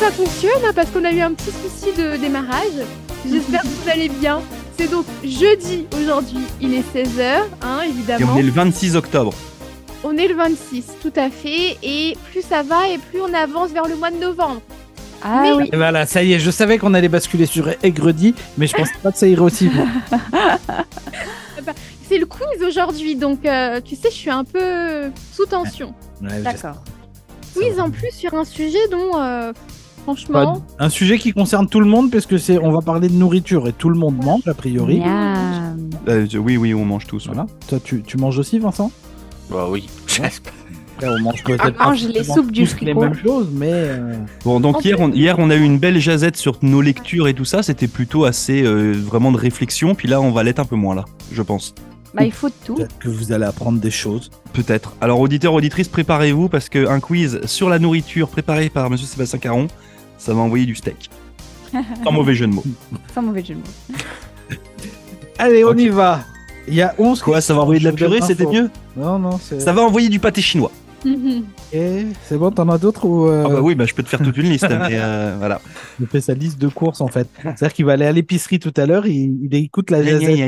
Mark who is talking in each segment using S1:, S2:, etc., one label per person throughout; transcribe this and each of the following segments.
S1: ça fonctionne hein, parce qu'on a eu un petit souci de démarrage. J'espère que vous allez bien. C'est donc jeudi aujourd'hui, il est 16h, hein,
S2: Et
S1: évidemment.
S2: on est le 26 octobre.
S1: On est le 26, tout à fait. Et plus ça va et plus on avance vers le mois de novembre.
S3: Ah
S1: Mais-
S3: oui.
S4: Et voilà, ça y est, je savais qu'on allait basculer sur Aigredi, mais je pensais pas que ça irait aussi loin.
S1: C'est le quiz aujourd'hui, donc euh, tu sais, je suis un peu sous tension.
S4: Ouais, je-
S3: D'accord.
S2: Ah,
S1: Quiz en plus sur un sujet dont, euh,
S4: pas-
S1: franchement,
S4: un sujet qui concerne tout le monde, parce que c'est, on va parler de nourriture et tout le monde mange a priori.
S3: Miam.
S2: Euh, je- oui, oui, on mange tous. ouais.
S4: Voilà. Toi, tu, tu manges aussi, Vincent
S5: Bah oui.
S4: Après, on mange peut-être
S3: On mange Ah, les
S4: forcément
S3: soupes du
S4: tous les
S3: frigo.
S4: mêmes choses, mais euh,
S2: Bon,
S1: En
S2: donc hier
S1: fait-
S2: on, hier, on a eu une belle jazette sur nos lectures et tout ça. C'était plutôt assez euh, vraiment de réflexion. Puis là, on va l'être un peu moins, là, je pense.
S3: Bah, il faut de tout.
S4: peut-être que vous allez apprendre des choses.
S2: Peut-être. Alors, auditeurs, auditrices, préparez-vous parce qu'un quiz sur la nourriture préparé par Monsieur Sébastien Caron, ça va envoyer du steak. Sans mauvais jeu de mots.
S3: Sans mauvais jeu de mots.
S4: Allez, on
S2: Ok.
S4: y va. Il y a 11
S2: Quoi, ça va envoyer de la
S4: Je vous donne
S2: purée, c'était
S4: l'info.
S2: mieux
S4: Non, non, c'est.
S2: Ça va envoyer du pâté chinois.
S4: Et c'est bon, t'en as d'autres ou euh,
S2: Ah bah oui, bah, je peux te faire toute une liste. mais, euh, voilà.
S4: il fait sa liste de courses en fait C'est-à-dire qu'il va aller à l'épicerie tout à l'heure, il, il écoute la gazette.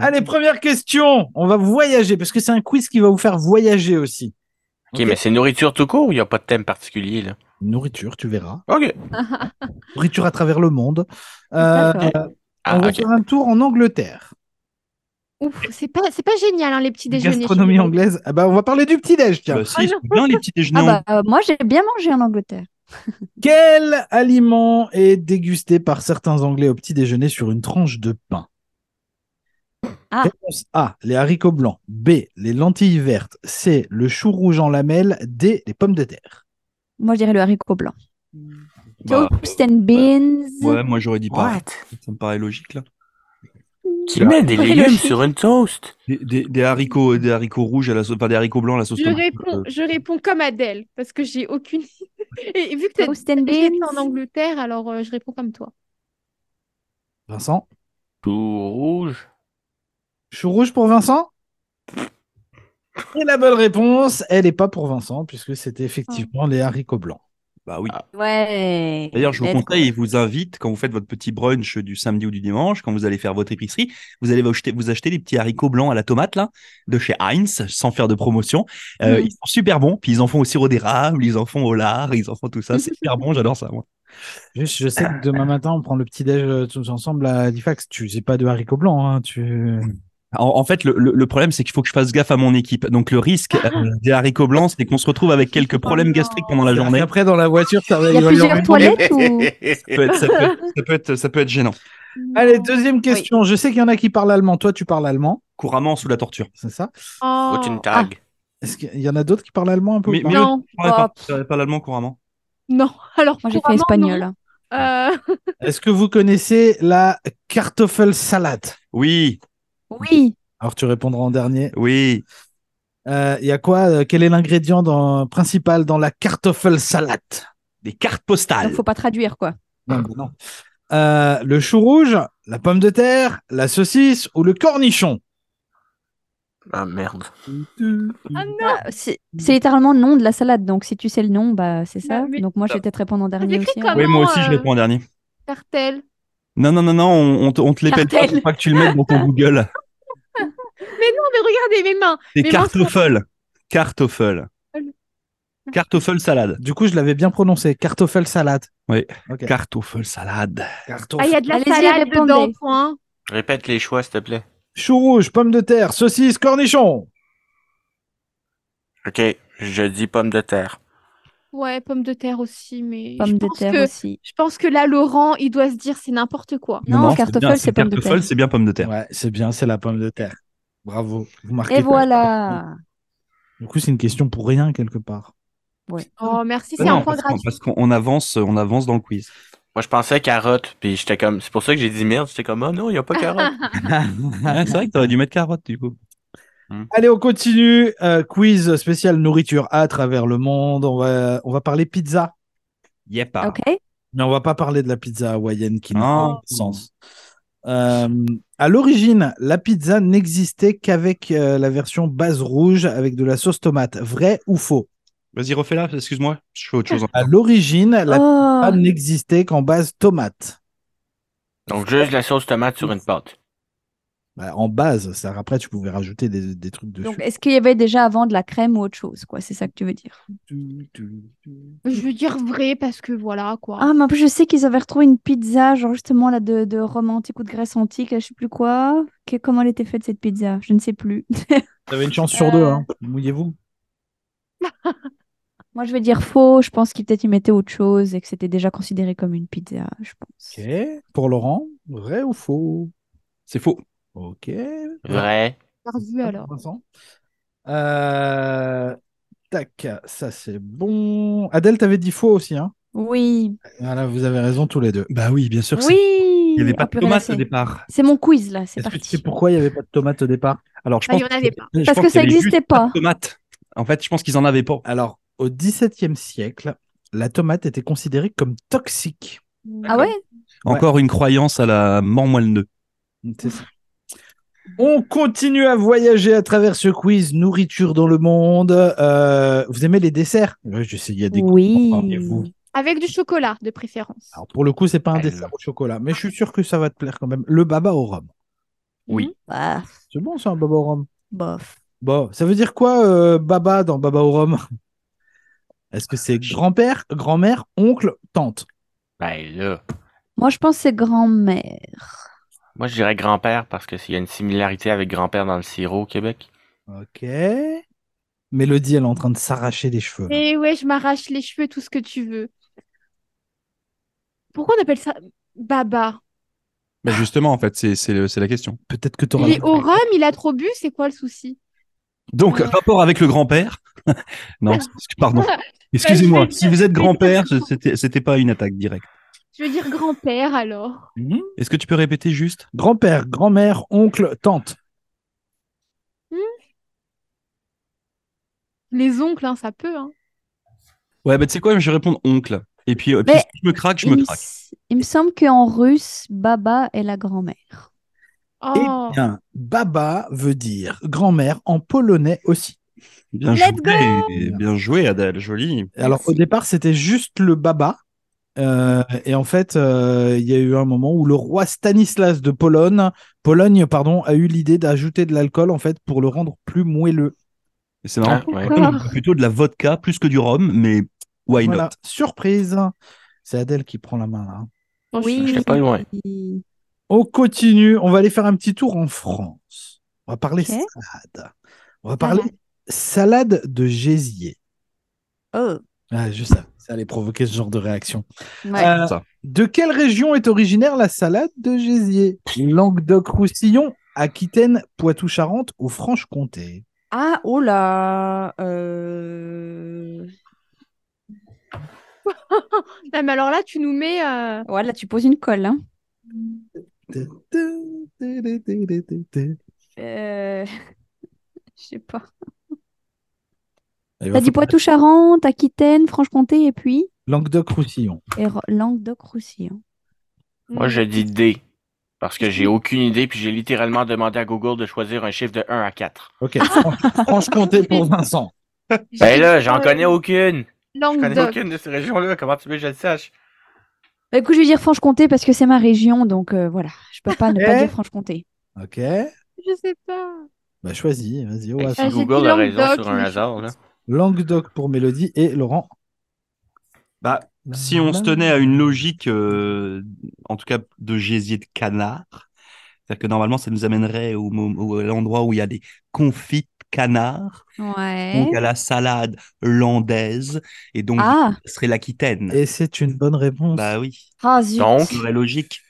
S4: Allez, première question. On va voyager parce que c'est un quiz qui va vous faire voyager aussi.
S5: Ok, mais c'est nourriture tout court ou il n'y a pas de thème particulier là
S4: Nourriture, tu verras.
S5: Ok.
S4: Nourriture à travers le monde. Euh,
S3: D'accord.
S5: Ah,
S4: on va
S5: ok.
S4: faire un tour en Angleterre.
S1: ouf, c'est pas, c'est pas génial hein, les petits déjeuners.
S4: Gastronomie
S1: chez nous.
S4: anglaise. Ah bah, on va parler du petit déj. Tiens.
S2: Bah, si, ils sont bien les petits déjeuners.
S3: Ah bah, euh, moi j'ai bien mangé en Angleterre.
S4: Quel aliment est dégusté par certains Anglais au petit déjeuner sur une tranche de pain
S3: Ah.
S4: Réponse A, les haricots blancs. B, les lentilles vertes. C, le chou rouge en lamelles. D, les pommes de terre.
S3: Moi je dirais le haricot blanc.
S2: Bah,
S3: Toast and beans.
S2: ouais, moi j'aurais dit pas.
S5: What
S2: Ça me paraît logique là.
S5: Qui met des
S3: Ouais,
S5: légumes
S3: logique.
S5: sur une toast
S2: Des, des- des haricots, euh, des haricots rouges à la sauce, enfin des haricots blancs à la sauce.
S1: Je
S2: tomate.
S1: réponds,
S2: Euh,
S1: je réponds comme Adèle, parce que j'ai aucune. et vu que t'as
S3: Toast and
S1: j'étais en
S3: beans.
S1: Angleterre, alors euh, je réponds comme toi.
S4: Vincent
S5: Tout rouge.
S4: Chou rouge pour Vincent Et la bonne réponse, elle n'est pas pour Vincent, puisque c'était effectivement les haricots blancs.
S2: bah oui.
S5: Ah.
S3: Ouais.
S2: D'ailleurs, je vous
S3: Let's
S2: conseille et vous invite quand vous faites votre petit brunch du samedi ou du dimanche, quand vous allez faire votre épicerie, vous allez vous acheter, vous acheter les petits haricots blancs à la tomate là de chez Heinz, sans faire de promotion. Euh,
S3: Mhm.
S2: Ils sont super bons. Puis ils en font au sirop d'érable, ils en font au lard, ils en font tout ça. C'est super bon, j'adore ça. Moi.
S4: Juste, je sais que demain matin, on prend le petit déj euh, tous ensemble à Halifax. Tu sais pas de haricots blancs, hein, tu...
S2: En, en fait, le, le- le problème, c'est qu'il faut que je fasse gaffe à mon équipe. Donc, le risque euh, des haricots blancs, c'est qu'on se retrouve avec quelques problèmes
S3: non.
S2: gastriques pendant la journée.
S4: Après, dans la voiture, ça va
S3: Il y a
S4: hurler en
S3: plusieurs
S4: même temps.
S3: toilettes ou
S2: Ça peut être- ça peut être- ça peut être- ça peut être gênant.
S4: Allez, deuxième question. Je sais qu'il y en a qui parlent allemand. Toi, tu parles allemand,
S2: Couramment sous la torture.
S4: c'est ça
S1: Oh,
S5: Guten Tag.
S4: Est-ce qu'il y en a d'autres qui parlent allemand un peu ou
S2: Mais-
S4: pas
S2: mais-
S1: non,
S2: Tu parlais pas-
S3: Oh.
S2: tu parlais pas l'allemand couramment.
S1: non. Alors
S3: Moi j'ai fait
S1: couramment,
S3: espagnol. hein.
S1: non. Euh,
S4: Est-ce que vous connaissez la kartoffel salade
S2: Oui,
S3: Oui.
S4: Alors, tu répondras en dernier.
S2: oui.
S4: Euh, Il y a quoi euh, Quel est l'ingrédient dans- principal dans la kartoffel salade
S2: Des cartes
S3: Donc
S2: postales.
S3: faut pas traduire quoi.
S2: Hmm.
S4: Non, bah non. Euh, le chou rouge, la pomme de terre, la saucisse ou le cornichon
S5: Ah merde.
S1: ah non,
S3: Ah, C'est c'est littéralement le nom de la salade. Donc si tu sais le nom, bah c'est ça.
S1: Bah, mais-
S3: Donc moi je vais peut-être répondre en dernier
S1: écrit
S3: aussi. hein.
S1: comme-
S2: Oui, moi aussi, je
S1: euh,
S2: réponds en dernier.
S1: cartel.
S2: Non, non, non, non, on, on te, on te l'épelle pas,
S3: Cartel.
S2: faut pas que tu le mettes dans ton Google.
S1: Non, mais regardez mes mains.
S2: Des
S1: Mais moi, c'est-
S2: cartoffel. Cartoffel. Cartoffel salade.
S4: Du coup, je l'avais bien prononcé. Kartoffel salade.
S2: Oui.
S4: Ok.
S2: Cartoffel salade.
S1: Ah, il y a de la
S3: Allez-y,
S1: salade
S3: répondez.
S1: dedans, point.
S5: Répète les choix, s'il te plaît.
S4: Chou rouge, pomme de terre, saucisse, cornichon.
S5: Ok, je dis pomme de terre.
S1: Ouais, pommes de terre aussi, mais je
S3: Pommes de
S1: pense
S3: terre
S1: que-
S3: aussi.
S1: Je pense que là, Laurent, il doit se dire c'est n'importe quoi.
S3: Non,
S2: c'est
S3: cartoffel,
S2: bien,
S3: c'est pomme de terre.
S2: Cartoffel, c'est bien pomme de terre.
S4: Ouais, c'est bien, c'est la pomme de terre. Bravo. Vous
S3: Et
S4: marquez pas.
S3: voilà.
S4: Du coup, c'est une question pour rien quelque part.
S1: Oh, merci,
S2: Mais
S1: c'est
S2: non,
S1: un point
S2: parce qu'on-
S1: gratuit.
S2: Parce qu'on on avance, on avance dans le quiz.
S5: Moi, je pensais carotte, puis j'étais comme. C'est pour ça que j'ai dit merde, j'étais comme, oh non, il n'y a pas carotte.
S2: Ouais, c'est vrai que t'aurais dû mettre carotte, du coup.
S4: Allez, on continue. Euh, quiz spécial nourriture à travers le monde. On va, on va parler pizza.
S2: Yep.
S3: Ok.
S4: Mais on va pas parler de la pizza hawaïenne qui n'a
S2: Non.
S4: aucun sens. Euh, à l'origine, la pizza n'existait qu'avec euh, la version base rouge avec de la sauce tomate. Vrai ou faux
S2: Vas-y, refais-la, excuse-moi. Je fais autre chose.
S4: À l'origine, la
S3: Oh.
S4: tomate n'existait qu'en base tomate.
S5: Donc, juste la sauce tomate sur une pâte.
S4: Bah, en base, ça après tu pouvais rajouter des, des trucs dessus.
S3: Donc, est-ce qu'il y avait déjà avant de la crème ou autre chose, quoi C'est ça que tu veux dire
S1: Je veux dire vrai parce que voilà quoi.
S3: Ah, mais en plus, je sais qu'ils avaient retrouvé une pizza, genre justement là de, de Rome antique ou de Grèce antique, je sais plus quoi. Que- comment elle était faite cette pizza Je ne sais plus.
S4: T'avais une
S3: euh,
S4: chance sur deux, hein. Mouillez-vous.
S3: Moi, je vais dire faux. Je pense qu'ils peut-être y mettaient autre chose et que c'était déjà considéré comme une pizza, je pense.
S4: Ok. Pour Laurent, vrai ou faux
S2: C'est faux.
S4: Ok.
S5: Vrai.
S1: Barbu
S4: Ah.
S1: alors.
S4: Vincent Euh, Tac, ça c'est bon. Adèle, t'avais dit faux aussi, hein
S3: Oui.
S4: Voilà, vous avez raison tous les deux.
S2: Bah oui, bien sûr. que c'est- Il
S3: Oui.
S2: n'y avait
S3: Ah,
S2: pas de
S3: purée, là,
S2: tomate
S3: c'est-
S2: au départ.
S3: C'est mon quiz là, c'est
S4: Est-ce que tu
S3: parti.
S4: sais pourquoi il n'y avait pas de tomate au départ
S2: Alors, je
S1: Ah, il
S2: pense
S1: y en avait pas.
S2: je
S3: Parce
S2: pense
S3: que
S2: qu'il
S3: ça
S2: y avait juste
S3: n'existait
S2: pas
S3: pas.
S2: de tomate. En fait, je pense qu'ils en avaient pas.
S4: Alors, au XVIIe siècle, la tomate était considérée comme toxique.
S3: Ah ouais
S4: Ouais.
S2: Encore une croyance à la mort moelle
S4: C'est ça. On continue à voyager à travers ce quiz nourriture dans le monde. Euh, vous aimez les desserts Oui, je sais, il y a des goûts.
S3: Oui.
S4: Entendez-vous.
S1: Avec du chocolat de préférence.
S4: Alors pour le coup, c'est pas un
S5: Elle-
S4: dessert au chocolat, mais je suis sûr que ça va te plaire quand même. Le baba au rhum.
S5: Oui.
S3: Bah,
S4: C'est bon, ça, un baba au rhum.
S3: bof.
S4: Bon, ça veut dire quoi, euh, baba dans baba au rhum Est-ce que c'est grand-père, grand-mère, oncle, tante
S5: Ben là.
S3: Moi, je pense que c'est grand-mère.
S5: Moi, je dirais grand-père parce qu'il y a une similarité avec grand-père dans le sirop au Québec.
S4: Ok. Mélodie, elle est en train de s'arracher les cheveux. là.
S1: Et ouais, je m'arrache les cheveux, tout ce que tu veux. Pourquoi on appelle ça baba
S2: Bah justement, en fait, c'est- c'est le- c'est la question.
S4: Peut-être que tu
S1: Il
S4: auras.
S1: est au rhum, il a trop bu, c'est quoi le souci
S2: Donc, rapport avec le grand-père. non, c'est- pardon.
S1: Bah,
S2: Excusez-moi.
S1: je vais
S2: Si vous êtes
S1: dire-
S2: grand-père, ce- c'était c'était pas une attaque directe.
S1: Je veux dire grand-père alors.
S2: Est-ce que tu peux répéter juste
S4: Grand-père, grand-mère, oncle, tante.
S1: Les oncles, hein, ça peut. Hein.
S2: Ouais, bah tu sais quoi, je vais répondre oncle. Et puis, euh, puis
S3: Mais-
S2: si je me craque, je
S3: il,
S2: me
S3: me
S2: craque.
S3: s- il me semble qu'en russe, baba est la grand-mère.
S1: Oh,
S4: Eh bien, baba veut dire grand-mère en polonais aussi.
S2: Bien
S3: Let's
S2: joué, bien joué, Adèle, joli.
S4: Alors au
S3: Merci.
S4: départ, c'était juste le baba. Euh, et en fait, euh, il y a eu un moment où le roi Stanislas de Pologne, Pologne pardon, a eu l'idée d'ajouter de l'alcool en fait pour le rendre plus moelleux.
S2: Et C'est marrant.
S5: Ah, ouais.
S2: Comme on dit Plutôt de la vodka plus que du rhum, mais why
S4: Voilà.
S2: not
S4: Surprise. C'est Adèle qui prend la main là. hein.
S1: Bon, je
S3: Oui.
S5: J'étais pas loin.
S4: On continue. On va aller faire un petit tour en France. On va parler
S3: Ok.
S4: salade. On va parler salade de gésier.
S3: Oh.
S4: Ah, je savais, ça allait provoquer ce genre de réaction.
S3: Ouais.
S4: Euh,
S2: Ça.
S4: De quelle région est originaire la salade de Gésier Languedoc-Roussillon, Aquitaine, Poitou-Charentes ou Franche-Comté
S3: Ah, oh là. Euh...
S1: Ah, mais alors là, tu nous mets. euh,
S3: Ouais, là, tu poses une colle. Hein.
S4: T'as
S3: Euh... Je sais pas.
S4: Bah,
S3: T'as dit Poitou-Charentes, Aquitaine, Franche-Comté et puis
S4: Languedoc-Roussillon.
S3: et Ro- Languedoc-Roussillon.
S5: Moi, je dis D. Parce que j'ai aucune idée, puis j'ai littéralement demandé à Google de choisir un chiffre de 1 à 4.
S4: Ok,
S3: Ah.
S4: Franche- Franche-Comté pour Vincent.
S1: j'ai-
S5: Ben là, j'en
S1: euh,
S5: connais aucune. Je connais
S1: Languedoc.
S5: aucune de ces régions-là. Comment tu veux que je le sache?
S3: Bah, écoute, je vais dire Franche-Comté parce que c'est ma région, donc euh, voilà, je peux pas ne pas
S4: Eh
S3: dire Franche-Comté.
S4: Ok,
S1: Je sais pas.
S4: bah choisis, vas-y, au
S5: Fait que
S4: hasard.
S1: j'ai
S5: si
S1: dit
S5: Google a raison
S1: Languedoc,
S5: sur un
S1: mais-
S5: hasard, là.
S4: Languedoc pour Mélodie et Laurent.
S2: Bah, si on se tenait à une logique, euh, en tout cas de gésier de canard, c'est-à-dire que normalement, ça nous amènerait au, mo- au- à l'endroit où il y a des confits de canard,
S3: Ouais.
S2: donc à la salade landaise, et donc
S3: Ah,
S2: ce serait l'Aquitaine.
S4: Et c'est une bonne réponse.
S2: Bah oui,
S3: ah zut.
S5: Donc,
S2: c'est une vraie logique.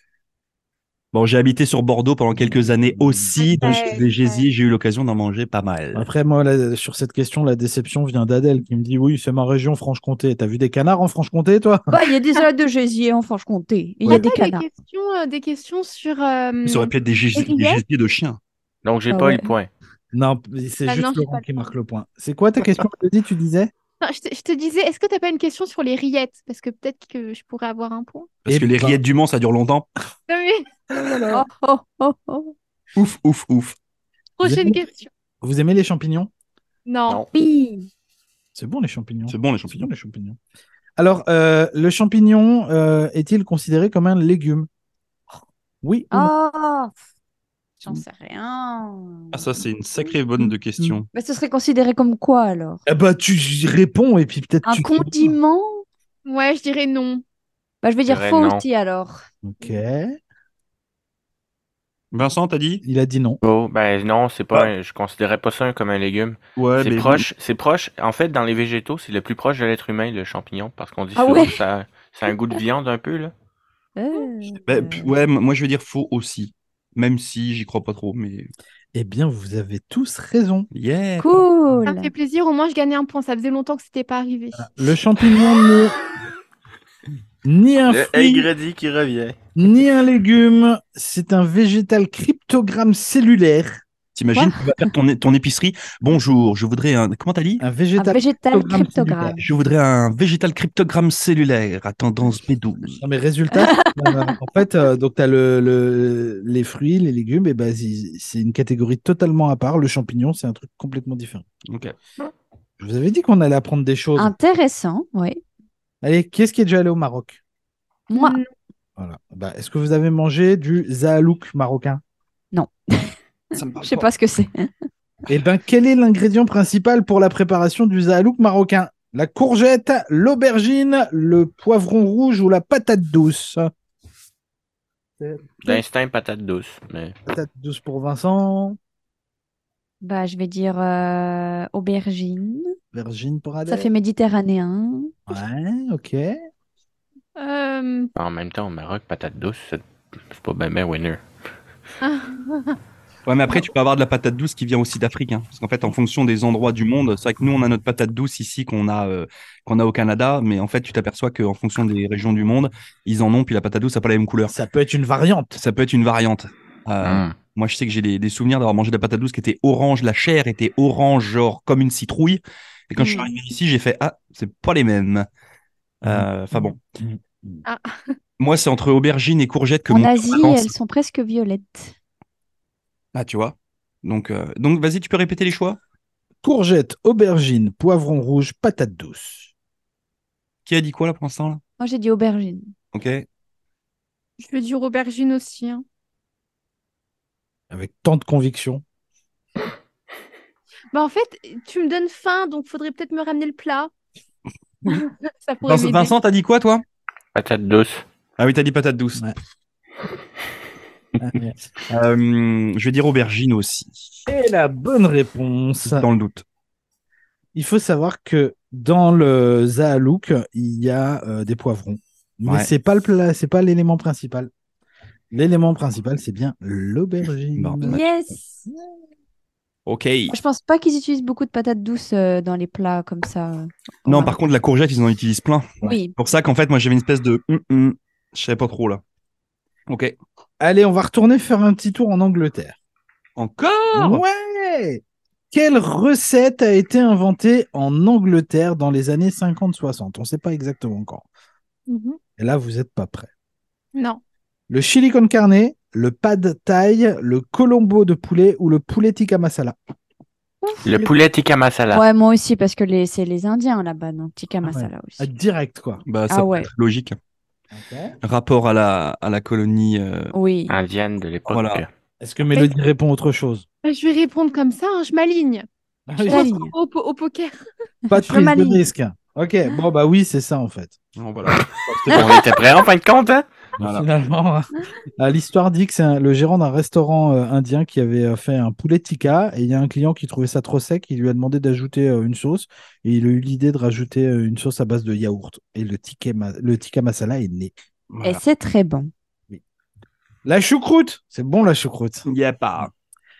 S2: Bon, j'ai habité sur Bordeaux pendant quelques années aussi, donc
S1: Ouais,
S2: des gésiers, j'ai eu l'occasion d'en manger pas mal.
S4: Après, moi, là, sur cette question, la déception vient d'Adèle qui me dit Oui, c'est ma région, Franche-Comté. T'as vu des canards en Franche-Comté, toi
S3: Bah, il y a des salades de gésier en Franche-Comté. Il y a
S4: Ouais.
S3: des
S1: T'as des
S3: canards.
S1: questions, euh, des questions sur. euh,
S2: Ça aurait pu être des gés- des
S1: Et hier
S2: gésiers de chien.
S5: donc j'ai
S3: Ah
S5: pas
S3: ouais.
S5: eu le point.
S4: Non, c'est
S1: Ah
S4: juste
S1: non, j'ai
S4: Laurent
S1: pas le
S4: qui
S1: point.
S4: marque le point. C'est quoi ta question, Elodie, tu disais
S1: Non, je, te, je te disais, est-ce que t'as pas une question sur les rillettes Parce que peut-être que je pourrais avoir un point.
S2: Parce
S4: Eh
S2: que les
S4: ben.
S2: rillettes du Mans, ça dure longtemps.
S1: Non, mais-
S3: Oh, oh, oh, oh.
S2: Ouf, ouf, ouf.
S1: prochaine
S4: J'avoue.
S1: question.
S4: Vous aimez les champignons
S1: Non.
S5: Non.
S3: Oui.
S4: C'est bon les champignons.
S2: C'est bon les
S4: C'est bon,
S2: champignons.
S4: les champignons. Alors, euh, le champignon euh, est-il considéré comme un légume Oui.
S1: Oh.
S4: ou non
S3: Ah J'en sais rien.
S2: Ah, ça, c'est une sacrée bonne de question.
S3: Mais Bah, ce serait considéré comme quoi alors
S4: Eh ben, tu y réponds et puis peut-être
S3: Un
S4: tu.
S3: condiment
S1: Ouais, je dirais non.
S3: Bah, je vais dire
S5: dirais
S3: faux
S5: non.
S3: aussi alors.
S4: Ok.
S2: Vincent, t'as dit
S4: Il a dit non.
S5: Oh, ben non, c'est pas. un- je considérais pas ça un- comme un légume.
S2: Ouais,
S5: c'est
S2: mais-
S5: proche. C'est proche. En fait, dans les végétaux, c'est le plus proche de l'être humain, le champignon, parce qu'on dit
S3: Ah
S5: souvent
S3: ouais?
S5: que ça, ça a un goût de viande un peu là.
S3: Euh,
S2: Bah, p- ouais, m- moi je vais dire faux aussi. Même si j'y crois pas trop, mais.
S4: Eh bien, vous avez tous raison.
S1: Ça
S2: Yeah!
S1: me
S3: Cool. Ah,
S1: fait plaisir, au moins je gagnais un point. Ça faisait longtemps que c'était pas arrivé.
S4: Le champignon n'est ni un fruit,
S5: qui revient.
S4: ni un légume. C'est un végétal cryptogramme cellulaire.
S2: T'imagines, tu vas faire ton, é- ton épicerie. Bonjour, je voudrais un. Comment t'as dit?
S4: Un
S3: Un
S4: végétal.
S3: végétal
S4: cryptogramme
S3: cryptogramme.
S2: Je voudrais un végétal cryptogramme cellulaire à tendance B12.
S4: Non, mais résultat, euh, en fait, euh, donc tu as le, le- les fruits, les légumes, et ben, c'est c'est une catégorie totalement à part. Le champignon, c'est un truc complètement différent.
S2: Ok.
S4: Je vous avais dit qu'on allait apprendre des choses.
S3: Intéressant, oui.
S4: Allez, qui est-ce qui est déjà allé au Maroc
S3: Moi,
S1: Mm.
S4: Voilà. Bah, est-ce que vous avez mangé du zahalouk marocain
S2: Ça me parle
S3: je sais pas ce que c'est.
S4: Eh ben, quel est l'ingrédient principal pour la préparation du zahalouk marocain La courgette, l'aubergine, le poivron rouge ou la patate douce
S5: D'instinct patate douce. Mais
S4: Patate douce pour Vincent,
S3: Bah, je vais dire euh, aubergine.
S4: aubergine
S2: Ah,
S4: pour
S2: ben.
S4: Adèle.
S3: Ça fait méditerranéen.
S4: Ouais, ok.
S1: Euh,
S5: en même temps, au Maroc, patate douce, c'est c'est pas ben ben winner.
S2: Ouais, mais après, tu peux avoir de la patate douce qui vient aussi d'Afrique. hein. Parce qu'en fait, en fonction des endroits du monde, c'est vrai que nous, on a notre patate douce ici qu'on a, euh, qu'on a au Canada. Mais en fait, tu t'aperçois qu'en fonction des régions du monde, ils en ont. Puis la patate douce n'a pas la même couleur.
S4: Ça peut être une variante.
S2: Ça peut être une variante. Euh,
S5: Hum.
S2: Moi, je sais que j'ai des, des souvenirs d'avoir mangé de la patate douce qui était orange, la chair était orange, genre comme une citrouille. Et quand je suis
S3: Mm.
S2: arrivé ici, j'ai fait Ah, c'est pas les mêmes. Euh, Enfin bon.
S4: Mm.
S1: Ah.
S2: Moi, c'est entre aubergine et courgette que
S3: En
S2: mon cœur
S3: Asie,
S2: balance.
S3: elles sont presque violettes.
S2: Ah, tu vois. Donc, euh, donc vas-y, tu peux répéter les choix
S4: Courgette, aubergine, poivron rouge, patate douce.
S2: Qui a dit quoi là pour l'instant là
S3: Moi, j'ai dit aubergine.
S2: Ok.
S1: je veux dire aubergine aussi. hein.
S4: Avec tant de conviction.
S1: Bah en fait, tu me donnes faim, donc faudrait peut-être me ramener le plat. Ça pourrait
S2: Vincent,
S1: m'aider.
S2: Vincent, t'as dit quoi toi
S5: Patate douce.
S2: Ah oui, t'as dit patate douce.
S4: Ouais. Eh,
S2: Euh, je vais dire aubergine aussi,
S4: Et la bonne réponse.
S2: dans le doute.
S4: Il faut savoir que dans le Zahalouk, il y a euh, des poivrons. Mais
S2: Ouais.
S4: c'est pas le plat, c'est pas l'élément principal. L'élément principal, c'est bien l'aubergine.
S2: Bon. Ouais.
S3: Yes!
S2: Ok.
S3: Je pense pas qu'ils utilisent beaucoup de patates douces euh, dans les plats comme ça. euh, au
S2: Non,
S3: Maroc.
S2: par contre, la courgette, ils en utilisent plein.
S3: Oui.
S2: pour ça qu'en fait, moi, j'avais une espèce de hum, hum je savais pas trop là. Ok.
S4: Allez, on va retourner faire un petit tour en Angleterre.
S2: Encore
S4: Ouais! Quelle recette a été inventée en Angleterre dans les années 50-60? On ne sait pas exactement quand.
S1: Mhm.
S4: Et là, vous n'êtes pas prêts.
S1: Non.
S4: Le chili con carne, le pad thai, le colombo de poulet ou le poulet tikka masala?
S5: Le poulet tikka masala.
S3: Ouais, moi aussi, parce que les, c'est les Indiens là-bas, donc tikka masala
S4: Ah,
S3: aussi.
S4: Direct, quoi.
S2: Bah, ça
S3: Ah
S2: peut
S3: ouais.
S2: être logique. Rapport à la, à la colonie. euh,
S3: Oui.
S5: Indienne de l'époque.
S2: Voilà.
S4: Est-ce que Mélodie répond autre chose?
S1: Bah, je vais répondre comme ça, hein, je m'aligne. Je
S3: J'aligne.
S1: pense Au, po- au poker.
S4: Pas de
S3: Je
S4: prise
S3: m'aligne.
S4: de risque. Ok, bon, bah oui, c'est ça en fait.
S2: non, Oh, voilà.
S5: On était prêts en fin de compte, hein?
S2: Voilà.
S4: Finalement, hein. Ah, l'histoire dit que c'est un- le gérant d'un restaurant euh, indien qui avait euh, fait un poulet tikka et il y a un client qui trouvait ça trop sec. Il lui a demandé d'ajouter euh, une sauce et il a eu l'idée de rajouter euh, une sauce à base de yaourt. Et le tikka, ma- le tikka masala est né.
S3: Et c'est très bon.
S4: La choucroute C'est bon la choucroute.
S2: Il y a pas.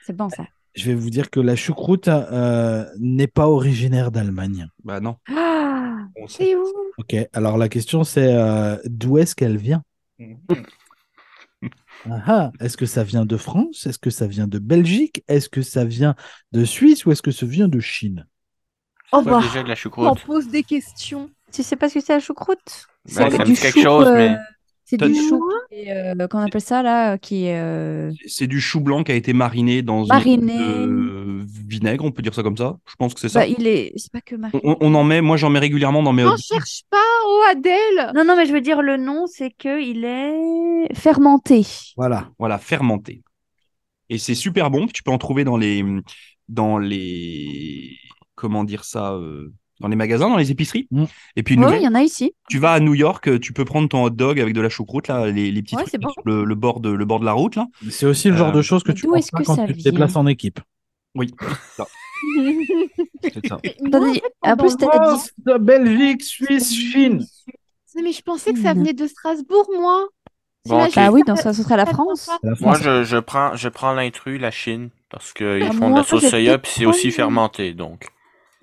S3: C'est bon ça.
S4: Je vais vous dire que la choucroute euh, n'est pas originaire d'Allemagne.
S2: Bah non.
S3: Ah,
S2: On sait.
S1: C'est où
S4: Ok, alors la question c'est euh, d'où est-ce qu'elle vient? Ah ah, Est-ce que ça vient de France? Est-ce que ça vient de Belgique? Est-ce que ça vient de Suisse ou est-ce que ça vient de Chine?
S3: oh
S5: Pas
S3: bah,
S5: déjà de la
S1: On
S5: choucroute.
S1: pose des questions.
S3: tu sais pas ce que c'est la choucroute? C'est
S5: Ben,
S3: avec
S5: ça me
S3: du
S5: dit quelque
S3: chou,
S5: chose,
S3: euh,
S5: mais-
S3: C'est
S2: T'as
S3: du
S2: dit-
S3: chou et, euh, qu'on appelle ça là, euh, qui est euh,
S2: C'est du chou blanc qui a été mariné dans
S3: Mariné.
S2: une euh, vinaigre, on peut dire ça comme ça. Je pense que c'est ça.
S3: Bah, il Ah. est. C'est pas que Marie.
S2: On, on en met, moi j'en mets régulièrement dans mes
S1: N'en
S5: euh,
S2: hobbies.
S1: cherche pas, oh Adèle
S3: Non, non, mais je veux dire, le nom, c'est que il est fermenté.
S4: Voilà.
S2: Voilà, fermenté. Et c'est super bon. puis Tu peux en trouver dans les, dans les, comment dire ça, euh, dans les magasins, dans les épiceries.
S4: Mm.
S2: Et puis, une
S3: Oui,
S2: nouvelle,
S3: il y en a ici.
S2: tu vas à New York, euh, tu peux prendre ton hot dog avec de la choucroute, là, les, les petits
S3: Ouais,
S2: trucs
S3: c'est bon.
S2: sur le, le bord de, le bord de la route, là.
S4: C'est aussi le genre
S2: Euh,
S4: de choses que
S3: mais
S4: tu
S3: d'où
S4: prends
S3: est-ce
S4: pas
S3: que
S4: quand
S3: ça
S4: tu te
S3: vient
S4: déplaces en équipe.
S2: Oui. Ça, c'est ça.
S1: Mais moi,
S3: Attendez,
S1: fait,
S3: Ah, en
S1: pendant
S3: plus,
S1: le-
S3: t'as- t'as dit-
S4: Belgique, Suisse, Chine.
S1: Non, mais je pensais que ça venait de Strasbourg, moi.
S5: Bon,
S1: J'imagine
S5: ok.
S3: Bah Mhm. oui,
S1: ça-
S3: dans ça, ce serait la France.
S4: La
S5: Moi,
S4: France.
S5: je, je prends, je prends l'intrus, la Chine, parce qu'ils
S3: Ah,
S5: font de
S3: moi,
S5: la sauce
S3: je
S5: soya, puis c'est aussi
S3: déteste.
S5: fermenté, donc.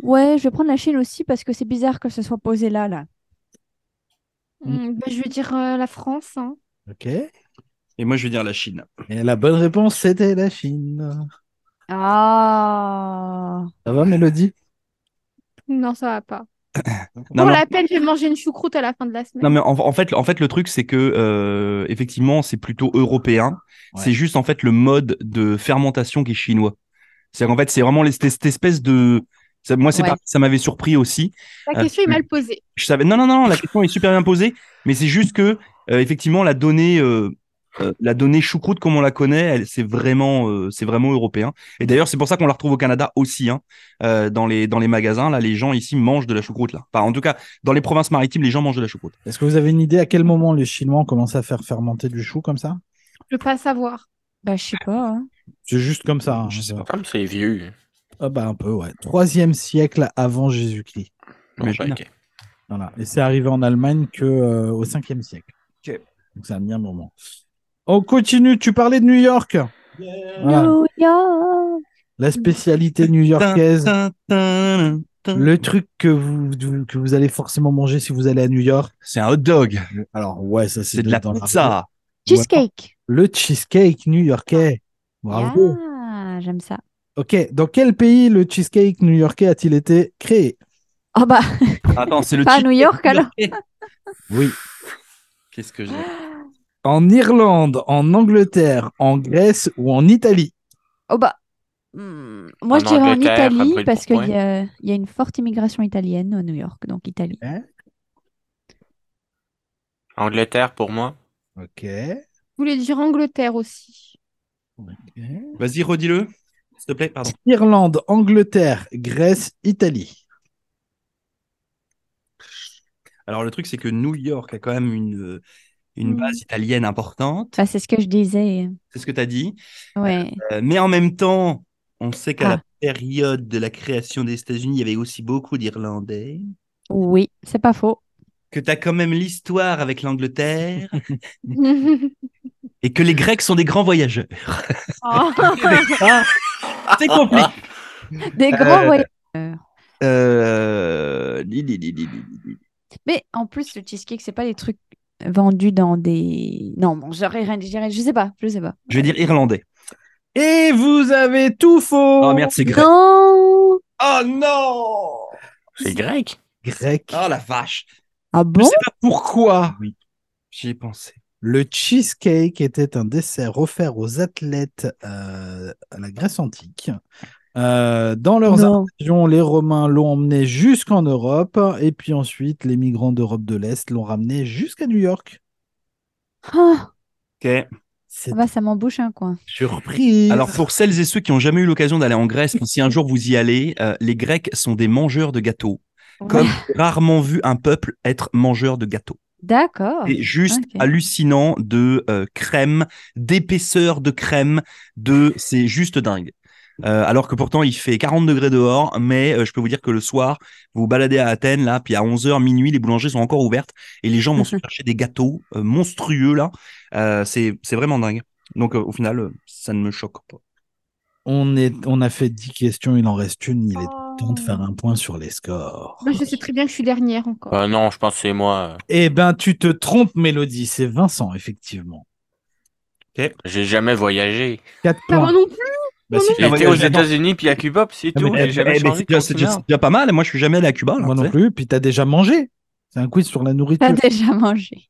S3: Ouais, je vais prendre la Chine aussi parce que c'est bizarre que ce soit posé là, là.
S1: Hmm, bah, je vais dire euh, la France. hein.
S4: Ok. Et
S2: Et moi, je vais dire la Chine.
S4: la bonne réponse, c'était la Chine.
S3: Ah.
S4: Ça va, Mélodie
S1: Non, ça va pas.
S2: Non,
S1: Pour
S2: non,
S1: la peine, je vais manger une choucroute à la fin de la semaine.
S2: non, mais en, en fait, en fait, le truc, c'est que, euh, effectivement, c'est plutôt européen.
S4: Ouais.
S2: C'est juste, en fait, le mode de fermentation qui est chinois. C'est-à-dire qu'en fait, c'est vraiment les- cette cette espèce de. ça- moi, c'est
S3: Ouais.
S2: pareil, ça m'avait surpris aussi.
S1: La question
S2: euh,
S1: est mal posée.
S2: Je savais. Non, non, non, la question est super bien posée, mais c'est juste que, euh, effectivement, la donnée, euh, euh, la donnée choucroute comme on la connaît, elle, c'est vraiment, euh, c'est vraiment européen. Et d'ailleurs, c'est pour ça qu'on la retrouve au Canada aussi, hein, euh, dans les, dans les magasins. Là, les gens ici mangent de la choucroute. Là, enfin, en tout cas, dans les provinces maritimes, les gens mangent de la choucroute.
S4: Est-ce que vous avez une idée à quel moment les Chinois ont commencé à faire fermenter du chou comme ça
S1: Je veux pas savoir.
S3: Bah, je sais pas. hein.
S4: C'est juste comme ça. hein.
S2: Ah, Je sais pas.
S5: Comme c'est vieux.
S4: Ah bah un peu, ouais. Troisième siècle avant Jésus-Christ.
S5: Bon,
S2: Imagine.
S5: bah, ok.
S4: Voilà. Et c'est arrivé en Allemagne que euh, au 5e siècle.
S2: Ok.
S4: Donc ça a mis un moment. On continue. Tu parlais de New York.
S2: Ah.
S4: Voilà.
S3: New York.
S4: La spécialité new-yorkaise.
S2: Tin, tin, tin.
S4: Le truc que vous, que vous allez forcément manger si vous allez à New York.
S2: C'est un hot dog.
S4: Alors ouais, ça c'est
S2: C'est de la
S4: dans
S2: pizza.
S3: Cheesecake.
S4: Le cheesecake new-yorkais. Bravo.
S3: Ah, j'aime ça.
S4: Ok. Dans quel pays le cheesecake new-yorkais a-t-il été créé
S3: Ah bah,
S2: Attends, c'est le.
S3: Pas à
S2: cheesecake
S3: New York, alors.
S2: new-yorkais.
S4: Oui.
S2: Qu'est-ce que j'ai
S4: En Irlande, en Angleterre, en Grèce ou en Italie
S3: oh bah. hmm, Moi,
S5: En
S3: je dirais en
S5: Angleterre, à
S3: Italie
S5: brûle pour
S3: parce qu'il
S5: point.
S3: y a, il y a une forte immigration italienne à New York, donc Italie.
S5: Angleterre pour moi.
S4: Ok.
S1: Je voulais dire Angleterre aussi.
S2: Vas-y, redis-le, s'il te plaît. Pardon.
S4: Irlande, Angleterre, Grèce, Italie.
S2: Alors le truc, c'est que New York a quand même une, euh, une
S3: Mm.
S2: base italienne importante.
S3: Enfin, c'est ce que je disais.
S2: C'est ce que tu as dit.
S3: Ouais.
S2: Euh, mais en même temps, on sait qu'à
S3: Ah.
S2: la période de la création des États-Unis, il y avait aussi beaucoup d'Irlandais.
S3: Oui, c'est pas faux.
S2: Que tu as quand même l'histoire avec l'Angleterre. et que les Grecs sont des grands voyageurs.
S1: Oh.
S2: Ah, c'est compliqué.
S3: Des grands
S2: Euh,
S3: voyageurs.
S2: Euh, li, li, li, li, li, li.
S3: Mais en plus, le cheesecake, c'est pas des trucs vendus dans des. Non, bon, j'aurais rien dit, j'aurais- Je sais pas, je sais pas.
S2: Je vais dire irlandais.
S4: Et vous avez tout faux
S2: Oh merde, c'est grec.
S3: Non
S2: Oh non
S5: C'est grec.
S4: Grec.
S2: Oh la vache.
S3: Ah
S2: Je
S3: bon
S2: sais pas pourquoi.
S4: Pourquoi
S2: Oui, j'y ai pensé.
S4: Le cheesecake était un dessert offert aux athlètes euh, à la Grèce antique. Euh, dans leurs
S3: Non.
S4: invasions, les Romains l'ont emmené jusqu'en Europe, et puis ensuite, les migrants d'Europe de l'Est l'ont ramené jusqu'à New York.
S3: Ah,
S2: Ok.
S4: C'est
S3: bah, ça m'embouche un coin.
S4: surprise.
S2: Alors pour celles et ceux qui n'ont jamais eu l'occasion d'aller en Grèce, si un jour vous y allez, euh, les Grecs sont des mangeurs de gâteaux. Comme j'ai rarement vu un peuple être mangeur de gâteaux.
S3: D'accord.
S2: C'est juste
S3: Ah, ok.
S2: hallucinant de euh, crème, d'épaisseur de crème, de c'est juste dingue. Euh, alors que pourtant il fait 40 degrés dehors, mais euh, je peux vous dire que le soir, vous vous baladez à Athènes là, puis à 11h minuit, les boulangeries sont encore ouvertes et les gens vont se chercher des gâteaux euh, monstrueux là. Euh, c'est c'est vraiment dingue. Donc euh, au final, euh, ça ne me choque pas.
S4: on, est, on a fait 10 questions, il en reste une. Il est temps de
S1: Oh.
S4: faire un point sur les scores.
S1: Moi, je sais très bien que je suis dernière encore.
S5: Euh, non, je pense que c'est moi.
S4: Eh ben, tu te trompes, Mélodie. C'est Vincent, effectivement.
S5: J'ai jamais voyagé.
S4: 4
S1: Ça va
S4: points.
S1: non plus.
S4: Bah, si,
S5: J'ai
S2: Ah,
S5: été
S2: voyagé,
S5: aux
S2: non.
S5: États-Unis puis à Cuba, puis c'est
S4: Ah, mais-
S5: tout. J'ai jamais
S2: Eh ben,
S5: changé
S2: c'est
S5: de
S2: déjà, c'est déjà-
S5: continent.
S2: c'est déjà pas mal. hein. Moi, je suis jamais allé à Cuba. là,
S4: Moi
S2: tu
S4: non
S2: sais.
S4: plus. Puis t'as déjà mangé. C'est un quiz sur la nourriture.
S3: T'as déjà mangé.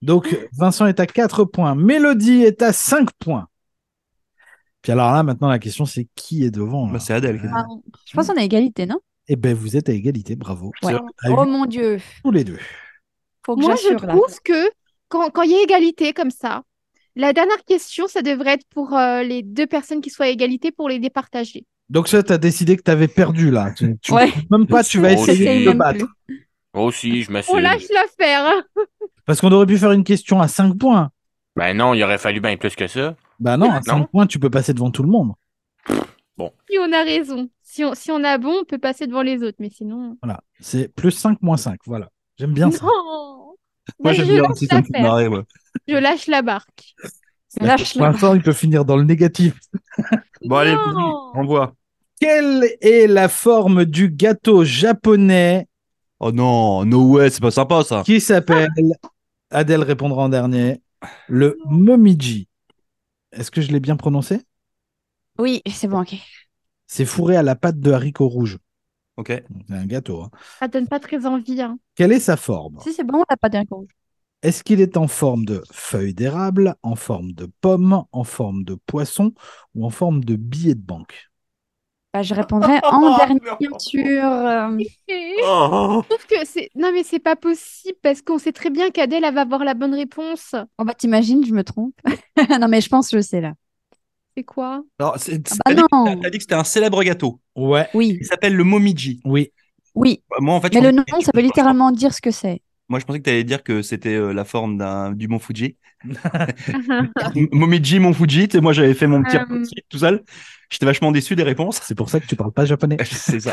S4: Donc, Vincent est à 4 points. Mélodie est à 5 points. Puis alors là, maintenant, la question, c'est qui est devant là
S2: Bah, c'est Adèle. qui est-
S3: Ah, Je pense qu'on a égalité, non
S4: Eh ben, vous êtes à égalité, bravo.
S3: Ouais.
S4: À
S3: Oh
S4: huit,
S3: mon dieu,
S4: tous les deux.
S3: faut que
S1: Moi, je
S3: j'assure là.
S1: trouve que quand quand il y a égalité comme ça, la dernière question, ça devrait être pour euh, les deux personnes qui soient à égalité pour les départager.
S4: Donc ça, t'as décidé que t'avais perdu là. Tu, tu-
S3: Ouais.
S4: Même pas, tu vas
S5: Je sais
S4: essayer de te
S5: même
S4: battre.
S3: plus.
S5: Moi aussi, je
S1: On
S3: Oh,
S5: m'assume.
S1: lâche l'affaire. hein.
S4: Parce qu'on aurait pu faire une question à 5 points.
S5: Ben non, il aurait fallu bien plus que ça.
S4: Bah non, à 5
S5: Non.
S4: points, tu peux passer devant tout le monde.
S1: Si on a raison, si on, si on a bon, on peut passer devant les autres, mais sinon.
S4: Voilà. C'est plus 5, moins 5. Voilà. J'aime bien ça.
S1: Non.
S2: Moi,
S1: Mais
S2: j'aime
S1: je
S2: bien
S1: lâche
S2: aussi, ça me fait
S1: l'affaire.
S2: marrer, moi.
S1: Je lâche la barque.
S3: Lâche
S4: Pour
S3: la.
S4: l'instant, il peut finir dans le négatif.
S2: Bon, allez,
S1: Non.
S2: envoie.
S4: Quelle est la forme du gâteau japonais
S2: Oh non, no way, c'est pas sympa ça.
S4: qui s'appelle Adèle répondra en dernier. Le momiji. Est-ce que je l'ai bien prononcé
S3: Oui, c'est bon, ok.
S4: C'est fourré à la pâte de haricots rouges.
S2: Ok.
S4: Donc, C'est un gâteau. hein.
S1: Ça donne pas très envie. hein.
S4: Quelle est sa forme
S3: Si c'est bon, on l'a pas d'un coup.
S4: Est-ce qu'il est en forme de feuille d'érable, en forme de pomme, en forme de poisson ou en forme de billet de banque
S3: Bah, je répondrai en dernier,
S5: non.
S3: bien sûr. euh,
S1: Je
S5: Oh.
S1: trouve que c'est. Non, mais c'est pas possible parce qu'on sait très bien qu'Adèle elle va avoir la bonne réponse.
S3: Oh bah t'imagines, je me trompe. non mais je pense que je sais là.
S1: C'est quoi
S2: Alors, c'est-
S3: Ah
S2: t'as dit-
S3: non
S2: t'as dit que c'était un célèbre gâteau.
S4: Ouais.
S3: Oui,
S2: Il s'appelle le Momiji.
S4: Oui.
S3: oui.
S2: Bah, Moi, en fait, je
S3: Mais le
S2: pensais-
S3: nom,
S2: je-
S3: ça peut
S2: je-
S3: littéralement dire ce que c'est.
S2: Moi, je pensais que tu allais dire que c'était euh, la forme d'un du Mont Fuji. M- Momiji, Mont Fuji. tu sais, Moi, j'avais fait mon petit
S1: Euh.
S2: raccourci tout seul. J'étais vachement déçu des réponses.
S4: C'est pour ça que tu parles pas japonais.
S2: C'est ça.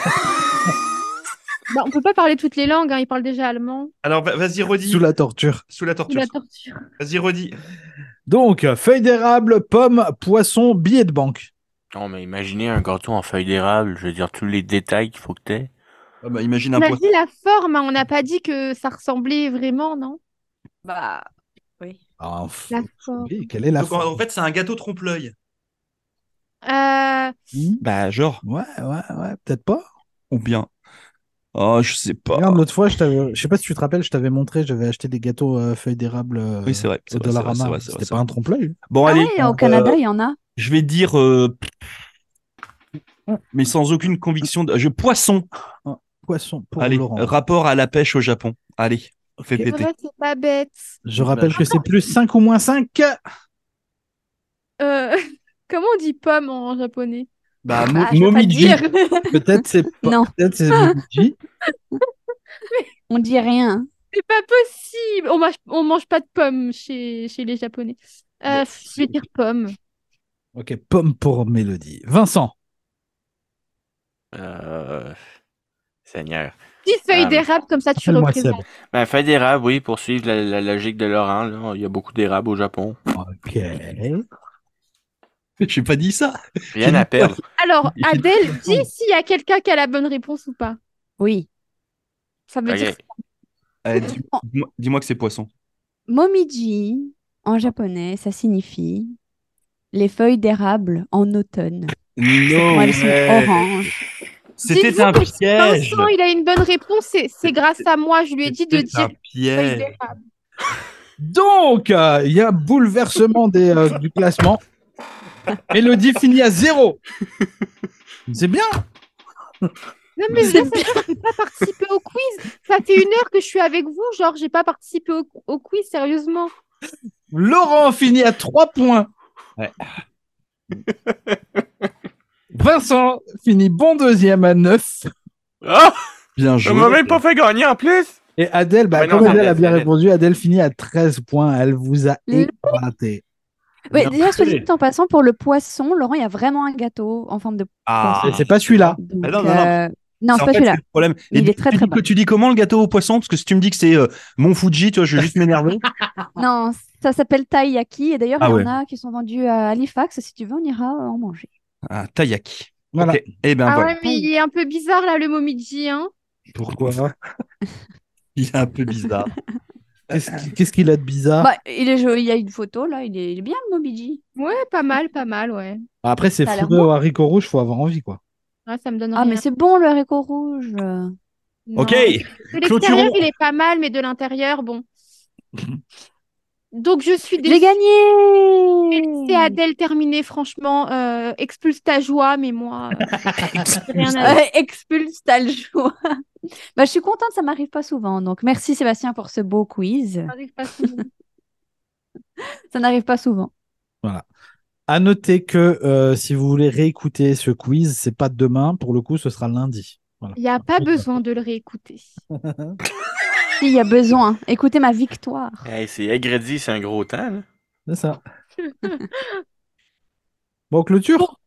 S1: Bah, on peut pas parler toutes les langues, hein. il parle déjà allemand.
S2: Alors, va- vas-y, redis.
S4: Sous la torture.
S2: Sous la
S1: Ou
S2: torture.
S1: la torture.
S2: Vas-y, redis.
S4: Donc, feuille d'érable, pomme, poisson, billet de banque.
S5: Non, mais imaginez un gâteau en feuille d'érable, je veux dire, tous les détails qu'il faut que t'aies.
S2: Ah bah, imagine un
S1: On a
S2: poisson.
S1: dit la forme, hein, on n'a pas dit que ça ressemblait vraiment, non
S3: Bah oui.
S4: Ah, f-
S1: La forme.
S4: oui, quelle est la
S2: Donc, en-
S4: forme
S2: en fait, c'est un gâteau trompe-l'œil.
S1: Euh,
S4: Hmm
S2: Bah, genre.
S4: Ouais, ouais, ouais, peut-être pas.
S2: Ou bien. Oh, je sais pas.
S4: Regarde, l'autre fois, je t'avais, je sais pas si tu te rappelles, je t'avais montré, j'avais acheté des gâteaux euh, feuilles d'érable euh,
S2: Oui, c'est vrai.
S4: au
S2: c'est vrai, c'est vrai, c'est
S4: Dollarama.
S2: vrai, c'est vrai,
S4: C'était
S2: c'est
S4: pas
S2: vrai.
S4: un euh, trompe-l'œil. hein.
S2: Bon,
S3: Ah
S2: allez.
S3: ouais, au Canada, il y en a.
S2: Je vais dire. euh, Mais sans aucune conviction. de- Je poisson.
S4: Poisson pour
S2: Allez,
S4: Laurent.
S2: rapport à la pêche au Japon. Allez, fais
S4: Ok.
S1: c'est
S2: péter.
S1: vrai, c'est pas bête.
S4: Je rappelle que c'est plus 5 ou moins 5.
S1: Euh, comment on dit pomme en japonais
S2: Bah,
S3: Bah,
S2: mo-
S3: je vais pas te
S2: momiji.
S3: dire.
S4: Peut-être c'est pas-
S3: Non.
S4: peut-être c'est Momiji.
S3: On dit rien.
S1: C'est pas possible. On mange, on mange pas de pommes chez, chez les japonais. Euh, je vais dire pomme.
S4: Ok, pomme pour Mélodie. Vincent,
S5: Euh... Seigneur.
S1: Petite feuille
S5: Ah, mais-
S1: d'érable comme ça, tu
S4: appelle-moi Seb.
S1: représentes.
S5: Ben, feuille d'érable, oui, pour suivre la, la logique de Laurent, là. Il y a beaucoup d'érables au Japon.
S4: Ok.
S2: J'ai pas dit ça.
S5: Rien à perdre.
S1: Alors, Adèle, dis s'il y a quelqu'un qui a la bonne réponse ou pas.
S3: Oui. Ça veut
S5: Ok.
S3: dire
S2: Allez, dis- dis-moi dis-moi que c'est poisson.
S3: Momiji en japonais, ça signifie les feuilles d'érable en automne.
S2: Non.
S3: Moi, elles sont
S2: Oh, mais-
S3: oranges.
S2: C'était
S1: Dites-vous
S2: un
S1: que
S2: piège.
S1: Vincent, il a une bonne réponse. C'est c'est grâce à moi. Je lui ai dit de
S2: C'était
S1: dire
S2: un
S1: feuille
S2: piège.
S1: d'érable.
S4: Donc, euh, il y a un bouleversement des, euh, du classement. Mélodie finit à zéro. C'est bien.
S1: Non, mais
S3: C'est
S1: là, ça veut dire que j'ai pas participé au quiz. Ça fait une heure que je suis avec vous. Genre, j'ai pas participé au, au quiz, sérieusement.
S4: Laurent finit à 3 points.
S2: Ouais.
S4: Vincent finit bon deuxième à 9.
S5: Ah!
S2: Bien
S5: Je
S2: joué.
S5: m'a même pas fait gagner en plus!
S4: Et Adèle, bah,
S5: Ouais, non,
S4: comme
S5: c'est
S4: Adèle a
S5: Adèle,
S4: bien
S5: c'est Adèle.
S4: répondu, Adèle finit à 13 points. Elle vous a
S3: Le-
S4: éclaté.
S3: Ouais,
S4: Bien
S3: déjà, soit dit
S4: joué.
S3: en passant, pour le poisson, Laurent, il y a vraiment un gâteau en forme de
S2: Ah.
S4: Et C'est pas celui-là.
S3: Donc,
S2: non, non, non.
S3: euh, non, c'est
S2: en
S3: pas
S2: fait,
S3: celui-là.
S2: le problème.
S3: Il est
S2: donc,
S3: très,
S2: tu
S3: très
S2: dis
S3: bon.
S2: que tu dis comment le gâteau au poisson Parce que si tu me dis que c'est euh, mon Fuji, tu vois, je vais juste m'énerver.
S3: Non, ça s'appelle taiyaki. Et d'ailleurs,
S2: Ah
S3: il y
S2: ouais.
S3: en a qui sont vendus à Halifax. Si tu veux, on ira euh, en manger.
S2: Ah, Tayak.
S4: Voilà.
S2: Ok. Eh ben
S1: Ah
S2: voilà.
S1: ouais, mais il est un peu bizarre, là, le momiji, hein.
S4: Pourquoi
S2: Il est un peu bizarre.
S4: Qu'est-ce qui- qu'est-ce qu'il a de
S2: Ah.
S4: bizarre
S3: Bah, il est joli. Il y a une photo, là. Il est, il est bien, le Mobiji.
S1: Ouais, pas mal, pas mal, ouais.
S4: Bah, Après, c'est
S3: Ça a l'air
S4: fourré au haricot rouge, faut avoir envie, quoi.
S1: Ouais, ça me donne
S3: Ah, mais
S1: rien.
S3: c'est bon, le haricot rouge. euh.
S1: Non.
S2: Ok.
S1: De l'extérieur,
S2: Clôturons.
S1: il est pas mal, mais de l'intérieur, bon. Donc je suis
S3: J'ai
S1: déçue. C'est à
S3: gagné
S1: Adèle terminé, franchement. euh, expulse ta joie, mais moi, euh, rien à
S3: Euh, Expulse ta joie. Bah, je suis contente, ça m'arrive pas souvent. Donc, merci Sébastien pour ce beau quiz.
S1: ça n'arrive pas souvent.
S3: Ça n'arrive pas souvent.
S4: À noter que euh, si vous voulez réécouter ce quiz, c'est pas demain, pour le coup, ce sera lundi. Voilà.
S1: Il n'y a pas besoin de le réécouter.
S3: Si, Il y a besoin. Écoutez ma victoire.
S5: Hey, c'est agrandi, c'est un gros temps. là.
S4: C'est ça. bon, clôture.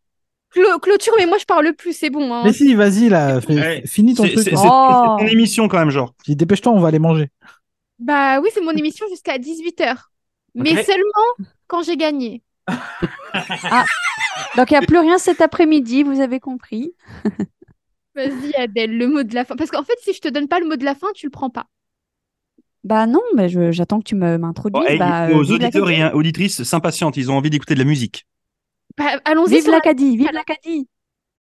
S1: Clo- clôture, mais moi je parle plus, c'est bon. hein.
S4: Mais si, vas-y, là, fais-
S2: Ouais.
S4: finis ton
S2: C'est-
S4: truc.
S2: c'est-
S4: là.
S2: c'est-
S3: Oh.
S2: Ton émission, quand même, genre.
S4: Dis, Dépêche-toi, on va aller manger.
S1: Bah oui, c'est mon émission jusqu'à 18h. Mais
S2: Ok.
S1: seulement quand j'ai gagné.
S3: Donc, il n'y a plus rien cet après-midi, vous avez compris.
S1: Vas-y, Adèle, le mot de la fin. Parce qu'en fait, si je te donne pas le mot de la fin, tu le prends pas.
S3: Bah non, mais je- j'attends que tu me- m'introduises.
S2: Bon, Oh, hey,
S3: Bah, euh,
S2: aux
S3: vive
S2: auditeurs
S3: l'Acadie.
S2: et hein, auditrices s'impatientent, ils ont envie d'écouter de la musique.
S1: Bah, allons-y
S3: Vive
S1: sur la-
S3: l'Acadie, vive l'Acadie.